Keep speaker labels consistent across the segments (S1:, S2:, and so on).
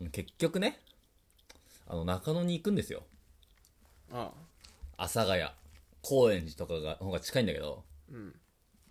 S1: あの結局ね、あの、中野に行くんですよ。
S2: ああ
S1: 阿佐ヶ谷、高円寺とかが、方が近いんだけど、
S2: うん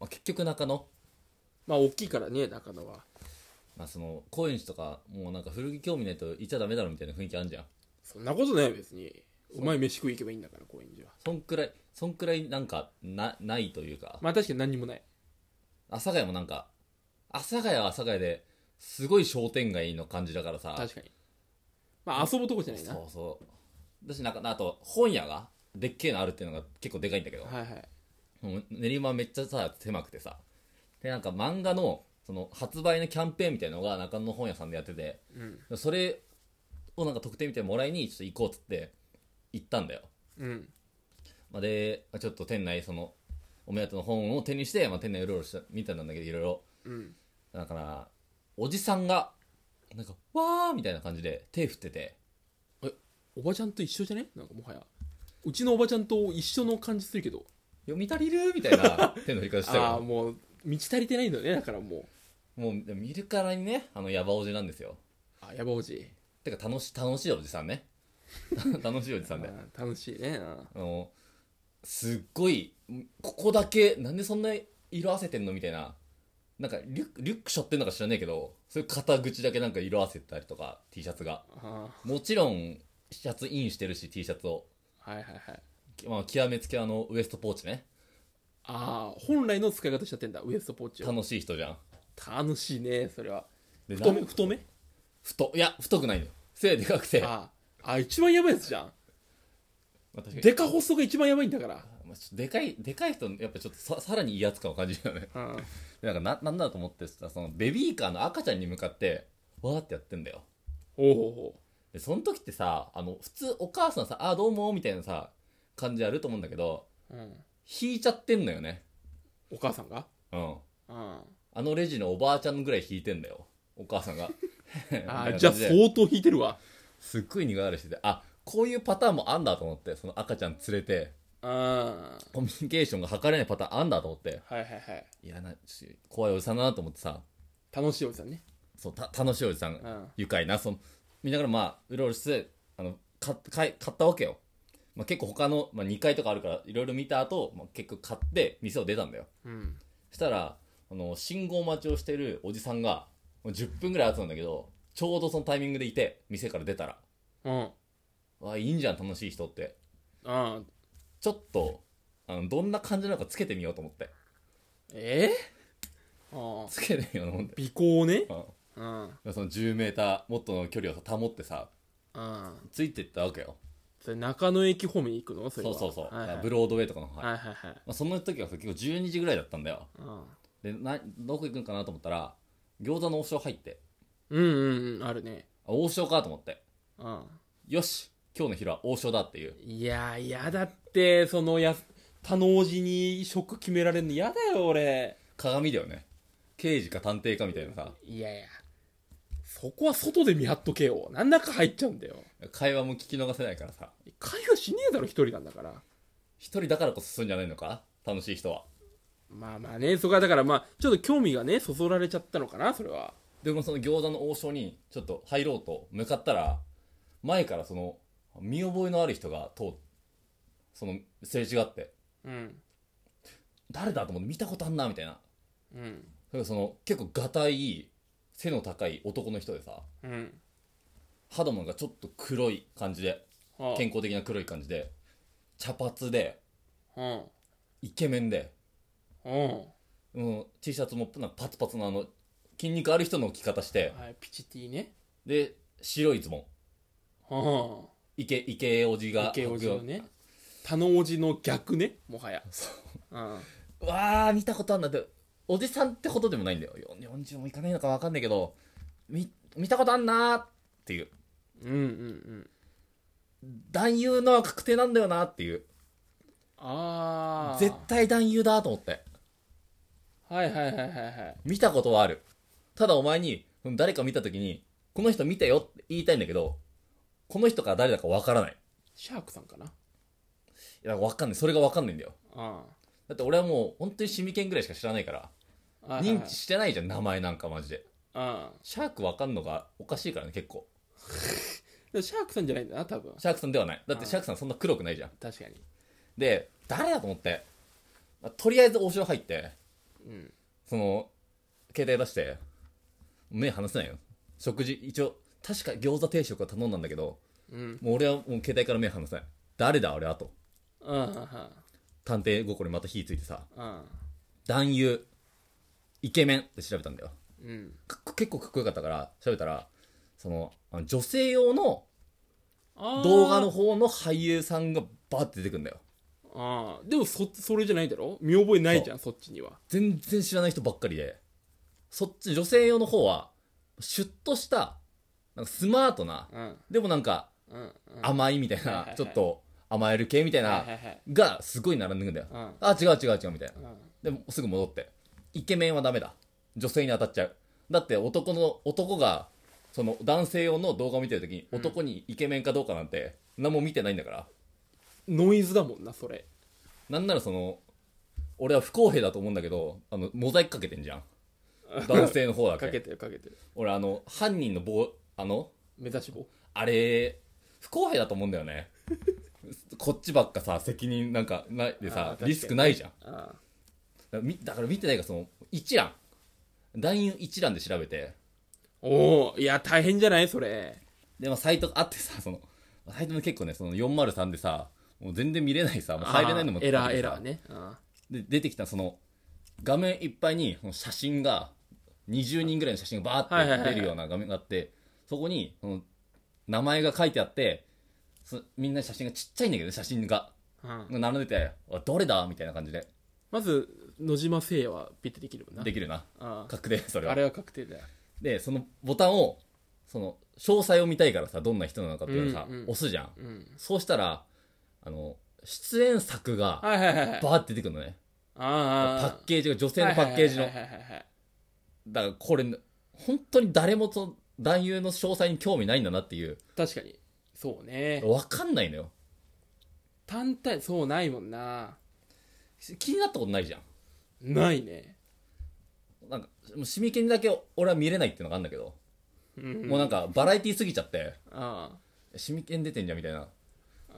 S1: まあ、結局中野、
S2: まあ大きいからね中野は
S1: まあ、その、高円寺とか、もうなんか古着興味ないと行っちゃダメだろみたいな雰囲気あんじゃん。
S2: そんなことないよ別にうまい飯食い行けばいいんだから高円寺は
S1: そんくらい、そんくらいなんか、な、ないというか、
S2: まあ確かに何にもない
S1: 阿佐ヶ谷もなんか、阿佐ヶ谷は阿佐ヶ谷で、すごい商店街の感じだからさ、
S2: 確かにまあ遊ぶとこじゃないな
S1: そうそう。だし、なんか、あと、本屋が、でっけえのあるっていうのが結構でかいんだけど、
S2: はいはい
S1: もう練馬めっちゃさ、狭くてさ。で、なんか漫画の、その、発売のキャンペーンみたいなのが中野の本屋さんでやってて、
S2: うん
S1: それをなんか特典みたいなのもらいに、ちょっと行こうっつって、行ったんだよ。
S2: うん
S1: まあ、で、まあちょっと店内、その、お目当ての本を手にして、まあ、店内うろうろした、見たんだけど、いろいろ。
S2: うん
S1: だから、おじさんが、なんか、わーみたいな感じで手振ってて、
S2: おばちゃんと一緒じゃねなんかもはやうちのおばちゃんと一緒の感じするけど
S1: 読み足りるみたいな手の振り方してた
S2: ああ
S1: よ。
S2: もう道足りてないんだよねだからも
S1: もう、でも見るからにね、あの、ヤバおじなんですよ。
S2: うあやばおじ
S1: てか、楽し、楽しいおじさんね。 楽しいおじさんだよ
S2: あ楽しいねあ
S1: あのすっごいここだけなんでそんな色あせてんのみたいななんかリュックリュック背負ってんのか知らないけどそういう肩口だけなんか色あせたりとか T シャツが
S2: あ
S1: もちろんシャツインしてるし T シャツを、
S2: はいはいはい
S1: きまあ、極めつけあのウエストポーチね
S2: ああ本来の使い方しちゃってんだウエストポーチを
S1: 楽しい人じゃん
S2: 楽しいねそれは
S1: で
S2: 太め
S1: なん
S2: 太め
S1: 太いや太くないのよ背でかくて
S2: ああ一番やばいやつじゃん
S1: まあ確かに
S2: デカ細が一番やばいんだから
S1: まあちょっとでかいでかい人やっぱちょっとささらに威圧感を感じるよね
S2: うん
S1: でなんかななんだと思ってさそのベビーカーの赤ちゃんに向かってわーってやってんだよ
S2: おうお
S1: でその時ってさあの普通お母さんさ「あどうも」みたいなさ感じあると思うんだけど
S2: うおう、うん、
S1: 引いちゃってんのよね
S2: お母さんが
S1: うん
S2: うんあ
S1: あのレジのおばあちゃんぐらい引いてんだよお母 さんが
S2: あじゃあ相当引いてるわ
S1: すっごい苦笑いしててあこういうパターンもあんだと思ってその赤ちゃん連れて
S2: うんは
S1: コミュニケーションが図れないパターンあんだと思って
S2: いはいはい
S1: いやなちょ怖いおじさんだなと思ってさ
S2: 楽しいおじさんね
S1: そうた楽しいおじさん
S2: うん
S1: 愉快なその見ながらまあうろうろしてあのか買い買ったわけよ、まあ、結構他の、まあ、2階とかあるからいろいろ見た後、まあ、結構買って店を出たんだよ
S2: うん
S1: そしたらあの信号待ちをしてるおじさんがもう10分ぐらい後なんだけどちょうどそのタイミングでいて店から出たら
S2: うん
S1: わあいいんじゃん楽しい人って
S2: うん
S1: ちょっとあのどんな感じなのかつけてみようと思って
S2: ええああ
S1: つけてみようと思って、
S2: 尾行ね
S1: うん
S2: うんうん
S1: その 10m もっとの距離を保ってさついてったわけよ
S2: それ中野駅方面行くのそれ
S1: そ
S2: は
S1: うそうそう、
S2: はいはい
S1: ブロードウェイとかの方
S2: はいはいはい
S1: まあ、その時はさ結構12時ぐらいだったんだよ
S2: う
S1: で
S2: ん
S1: などこ行くんかなと思ったら餃子の王将入って
S2: うんうんうんあるね
S1: あ王将かと思って
S2: うん
S1: よし今日の昼は王将だっていう
S2: いやーやだってそのや他のおじに職決められるのやだよ俺
S1: 鏡だよね刑事か探偵かみたいなさ
S2: いやいやそこは外で見張っとけよ何らか入っちゃうんだよ
S1: 会話も聞き逃せないからさ
S2: 会話しねえだろ一人なんだから
S1: 一人だからこそ進んじゃないのか楽しい人は
S2: まあまあねそこはだからまあちょっと興味がねそそられちゃったのかなそれは
S1: でもその餃子の王将にちょっと入ろうと向かったら前からその見覚えのある人が通っそのすれ違って
S2: うん
S1: 誰だと思って見たことあんなみたいな
S2: うん
S1: それがその結構がたいい背の高い男の人でさ
S2: うん
S1: 肌もなんかちょっと黒い感じで
S2: は
S1: 健康的な黒い感じで茶髪で
S2: あは
S1: イケメンで、
S2: あは
S1: うん、T シャツもなんかパツパツのあの筋肉ある人の着方して
S2: あはいピチティね
S1: で白いズボン
S2: はあ
S1: イケイケおじが
S2: イケおじの
S1: 履
S2: ね他のおじの逆ねもはやうん
S1: くようわー見たことあんなっておじさんってことでもないんだよよ40もいかないのかわかんないけど見見たことあんなーっていう
S2: うんうんうん
S1: 男優のは確定なんだよなっていう
S2: ああ
S1: 絶対男優だと思って
S2: はいはいはいはいはい
S1: 見たことはある。ただお前に、誰か見たときに、この人見たよって言いたいんだけど、この人か誰だかわからない。
S2: シャークさんかない
S1: や、わかんない。それがわかんないんだよ。
S2: あ
S1: だって俺はもう、本当にシミケンぐらいしか知らないから、
S2: あ
S1: 認知してないじゃん、名前なんかマジで。
S2: ああ
S1: シャークわかんのがおかしいからね、結構。
S2: でもシャークさんじゃないんだな多分
S1: シャークさんではないだってシャークさんそんな黒くないじゃん
S2: 確かに
S1: で誰だと思ってまあとりあえずお城入って、
S2: ん
S1: その携帯出して目離せないよ食事一応確か餃子定食は頼んだんだけど
S2: うん
S1: もう俺はもう携帯から目離せない誰だあれあと
S2: うんうんうん
S1: 探偵ごっこにまた火ついてさ
S2: うん
S1: 男優イケメンって調べたんだよ
S2: うん
S1: かっこ結構かっこよかったから調べたらそのあの女性用の
S2: あー
S1: 動画の方の俳優さんがバーって出てくんだよ
S2: ああでもそそれじゃないだろ見覚えないじゃんそっちには
S1: 全然知らない人ばっかりでそっち女性用の方はシュッとしたなんかスマートな
S2: うん
S1: でもなんか
S2: うんうん
S1: 甘いみたい
S2: はいはいは
S1: ないちょっと甘える系みたい
S2: はい
S1: な
S2: はいはい
S1: がすごい並んでくんだよ
S2: うん
S1: あ違う違う違うみたいな
S2: うん
S1: でもすぐ戻ってイケメンはダメだ女性に当たっちゃうだって男の男がその男性用の動画を見てる時に男にイケメンかどうかなんて何も見てないんだから
S2: ノイズだもんなそれ
S1: なんならその俺は不公平だと思うんだけどあのモザイクかけてんじゃ ん男性の方だけ
S2: かけてるかけてる
S1: 俺あの犯人の棒あの
S2: 目指し棒
S1: あれ不公平だと思うんだよ ねこっちばっかさ責任なんかないで
S2: あー
S1: さ
S2: 確かに
S1: リスクないじゃん
S2: あ
S1: だからみだから見てないからその一覧男優一覧で調べて
S2: ーおおいや大変じゃないそれ
S1: で、まあ、サイトがあってさそのサイトも結構ねその403でさもう全然見れないさもう入れないのも
S2: あーエラ
S1: あっ
S2: ー
S1: て
S2: エ
S1: さ
S2: ラーねあ
S1: で出てきたその画面いっぱいにその写真が20人ぐらいの写真がバ
S2: はいは
S1: ー
S2: い
S1: っ
S2: はいは
S1: て
S2: い
S1: 出るような画面があってそこにその名前が書いてあってそみんな写真がちっちゃいんだけどね写真が
S2: ーうん
S1: 並んでてあどれだみたいな感じで
S2: まず野島誠也はピッてできるもんな
S1: できるな
S2: あー
S1: 確定それ
S2: あ
S1: は
S2: れは確定だよ
S1: でそのボタンをその詳細を見たいからさどんな人なのかっていうのをさ、
S2: うんうん
S1: 押すじゃん
S2: うん
S1: そうしたらあの出演作が
S2: はいはいはいはい
S1: バーって出てくるのねパ
S2: あ
S1: ッケージが女性のパッケージの
S2: はいはいはいはいはい
S1: だからこれ本当に誰もと男優の詳細に興味ないんだなっていう
S2: 確かにそうね
S1: 分かんないのよ
S2: 単体そうないもんな
S1: 気になったことないじゃん
S2: ないね
S1: なんかもうシミケンだけ俺は見れないっていうのがあるんだけど、
S2: うん
S1: もうなんかバラエティーすぎちゃって
S2: あー
S1: シミケン出てんじゃんみたいな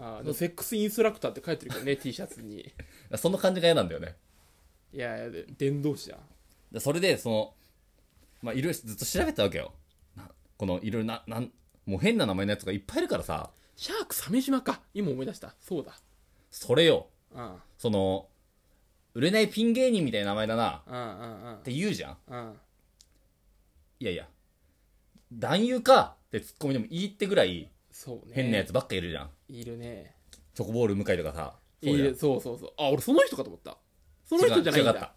S2: あーでもセックスインストラクターって書いてるけどね T シャツに
S1: その感じが嫌なんだよね
S2: いやいやで伝道師じゃん
S1: でそれでそのまあいろいろずっと調べてたわけよなこのいろいろななんもう変な名前のやつがいっぱいいるからさ
S2: シャーク鮫島か今思い出したそうだ
S1: それよ
S2: うん
S1: その売れないピン芸人みたいな名前だな
S2: うんうんうん
S1: って言うじゃん
S2: うん
S1: いやいや、男優かってツッコミでもいいってぐらい
S2: そうね
S1: 変なやつばっかいるじゃん。
S2: いるね
S1: チョコボール向井とかさ。
S2: いるそうそうそうあ俺その人かと思ったその人じゃないん
S1: 違う違
S2: だ
S1: った。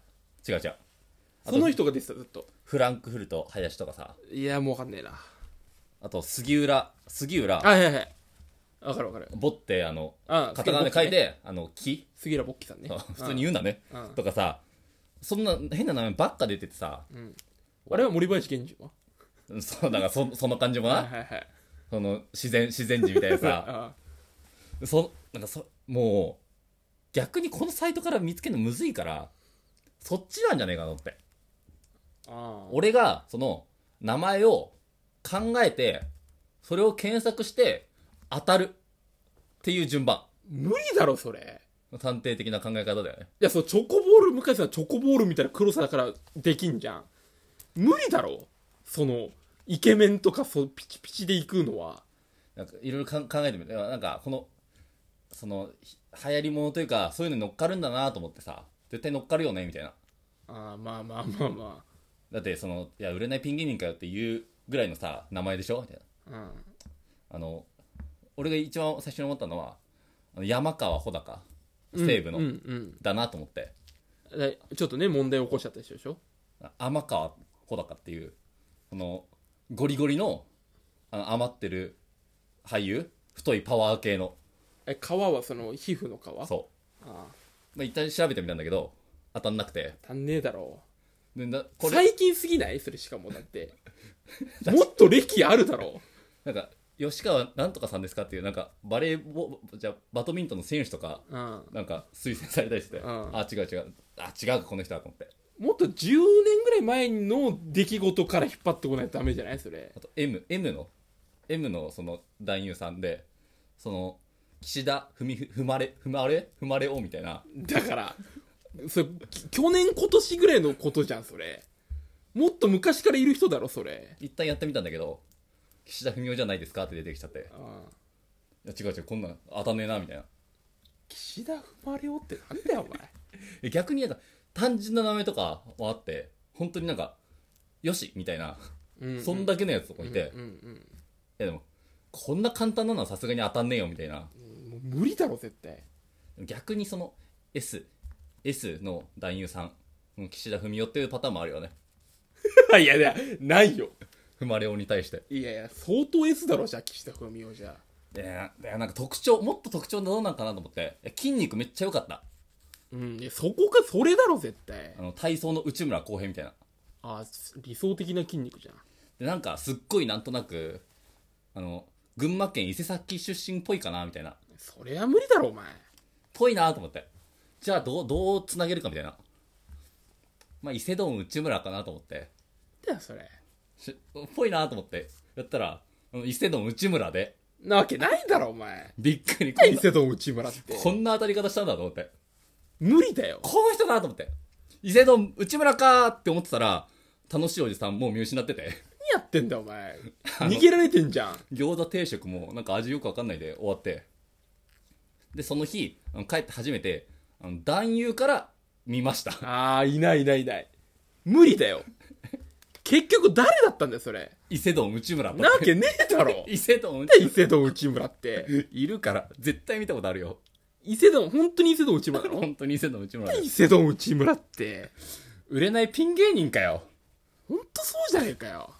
S1: 違う違う。
S2: その人が出てたずっと
S1: フランクフルト、林とかさ。
S2: いやもうわかんねえな
S1: あと、杉浦、杉浦、
S2: はいはいはいわかるわかる
S1: ボって、あの、
S2: あ
S1: カタカナで書いて、あの、木
S2: 杉浦ボッキーさんね
S1: 普通に言うんだね
S2: うん。
S1: とかさ、そんな変な名前ばっか出ててさ、
S2: あれは森林源氏は
S1: そう、だからそ、その感じも
S2: はい
S1: な、
S2: はいはい
S1: その、自然、自然人みたいな さ、
S2: あ
S1: そなんかそもう逆にこのサイトから見つけるのむずいからそっちなんじゃねえかなと思って
S2: あ
S1: 俺がその名前を考えてそれを検索して当たるっていう順番
S2: 無理だろそれ
S1: 探偵的な考え方だよね
S2: いやそうチョコボール向井さんはチョコボールみたいな黒さだからできんじゃん無理だろそのイケメンとかそうピチピチで行くのは
S1: なんかいろいろかん考えてみてなんかこのそのひ流行りものというかそういうのに乗っかるんだなと思ってさ絶対乗っかるよねみたいな
S2: ああまあまあまあま
S1: だってそのいや売れないピン芸人かよっていうぐらいのさ名前でしょみたいな
S2: あうん
S1: あの俺が一番最初に思ったのはあの山川穂高西部の、
S2: うんうん
S1: だなと思って
S2: でちょっとね問題起こしちゃった人でしょ
S1: あ天川穂高っていうこのゴリゴリのあの余ってる俳優太いパワー系の
S2: え皮はその皮膚の皮
S1: そ
S2: ああ
S1: う、まあ、一旦調べてみたんだけど当たんなくて
S2: 足んねえだろ
S1: でなこ
S2: う
S1: れ
S2: 最近すぎないそれしかもだって もっと歴あるだろ
S1: なんか吉川なんとかさんですかっていうなんかバレーボじゃあバドミントンの選手とか
S2: う、うん、
S1: なんか推薦されたりして、
S2: ん
S1: あ違う違うあ違うかこの人だと思って
S2: もっと10年ぐらい前の出来事から引っ張ってこないとダメじゃないそれ
S1: あと M, M の M のその男優さんでその岸田踏み踏まれ踏まれ踏まれをみたいな
S2: だからそれき去年今年ぐらいのことじゃんそれもっと昔からいる人だろそれ
S1: 一旦やってみたんだけど岸田文雄じゃないですかって出てきちゃってい
S2: ああ
S1: や違う違うこんなん当たんねえなみたいな
S2: 岸田踏まれおってなんだよお前
S1: え逆になんか単純な名前とかはあって本当になんかよしみたいな、
S2: うんうん
S1: そんだけのやつとかいて、い
S2: うんうん
S1: やでもこんな簡単なのはさすがに当たんねえよみたいな
S2: もう無理だろ絶対
S1: 逆にその S S の男優さんうん岸田文雄っていうパターンもあるよね
S2: いやいやないよ
S1: 踏まれおに対して
S2: いやいや相当 S だろじゃあ岸田文雄じゃ
S1: ででなんか特徴もっと特徴どうなんかなと思っていや筋肉めっちゃ良かった
S2: うんいやそこかそれだろ絶対
S1: あの体操の内村航平みたいな
S2: あ理想的な筋肉じゃん
S1: でなんかすっごいなんとなくあの群馬県伊勢崎出身っぽいかなみたいな
S2: それは無理だろお前
S1: ぽいなと思ってじゃあどうどうつなげるかみたいなまあ伊勢ドン内村かなと思って
S2: だよそれ
S1: しぽいなと思ってやったらあの伊勢ドン内村で
S2: なわけないだろお前
S1: びっくりこん
S2: 伊
S1: な
S2: 勢丼内村って
S1: こんな当たり方したんだと思って
S2: 無理だよ
S1: この人だと思って伊勢ドン内村かーって思ってたら楽しいおじさんもう見失ってて
S2: 何やってんだお前逃げられてんじゃん
S1: 餃子定食もなんか味よくわかんないで終わってでその日あの帰って初めてあの男優から見ました
S2: ああいないいないいない無理だよ結局誰だったんだよそれ
S1: 伊勢丼内村と
S2: なわけねえだろ
S1: 伊勢丼内
S2: なんで伊
S1: 村
S2: 勢丼内村って
S1: いるから絶対見たことあるよ
S2: 伊勢丼本当に伊勢丼内村だろ
S1: 本当に伊勢丼内村
S2: 伊勢丼内村って
S1: 売れないピン芸人かよ
S2: 本当そうじゃねえかよ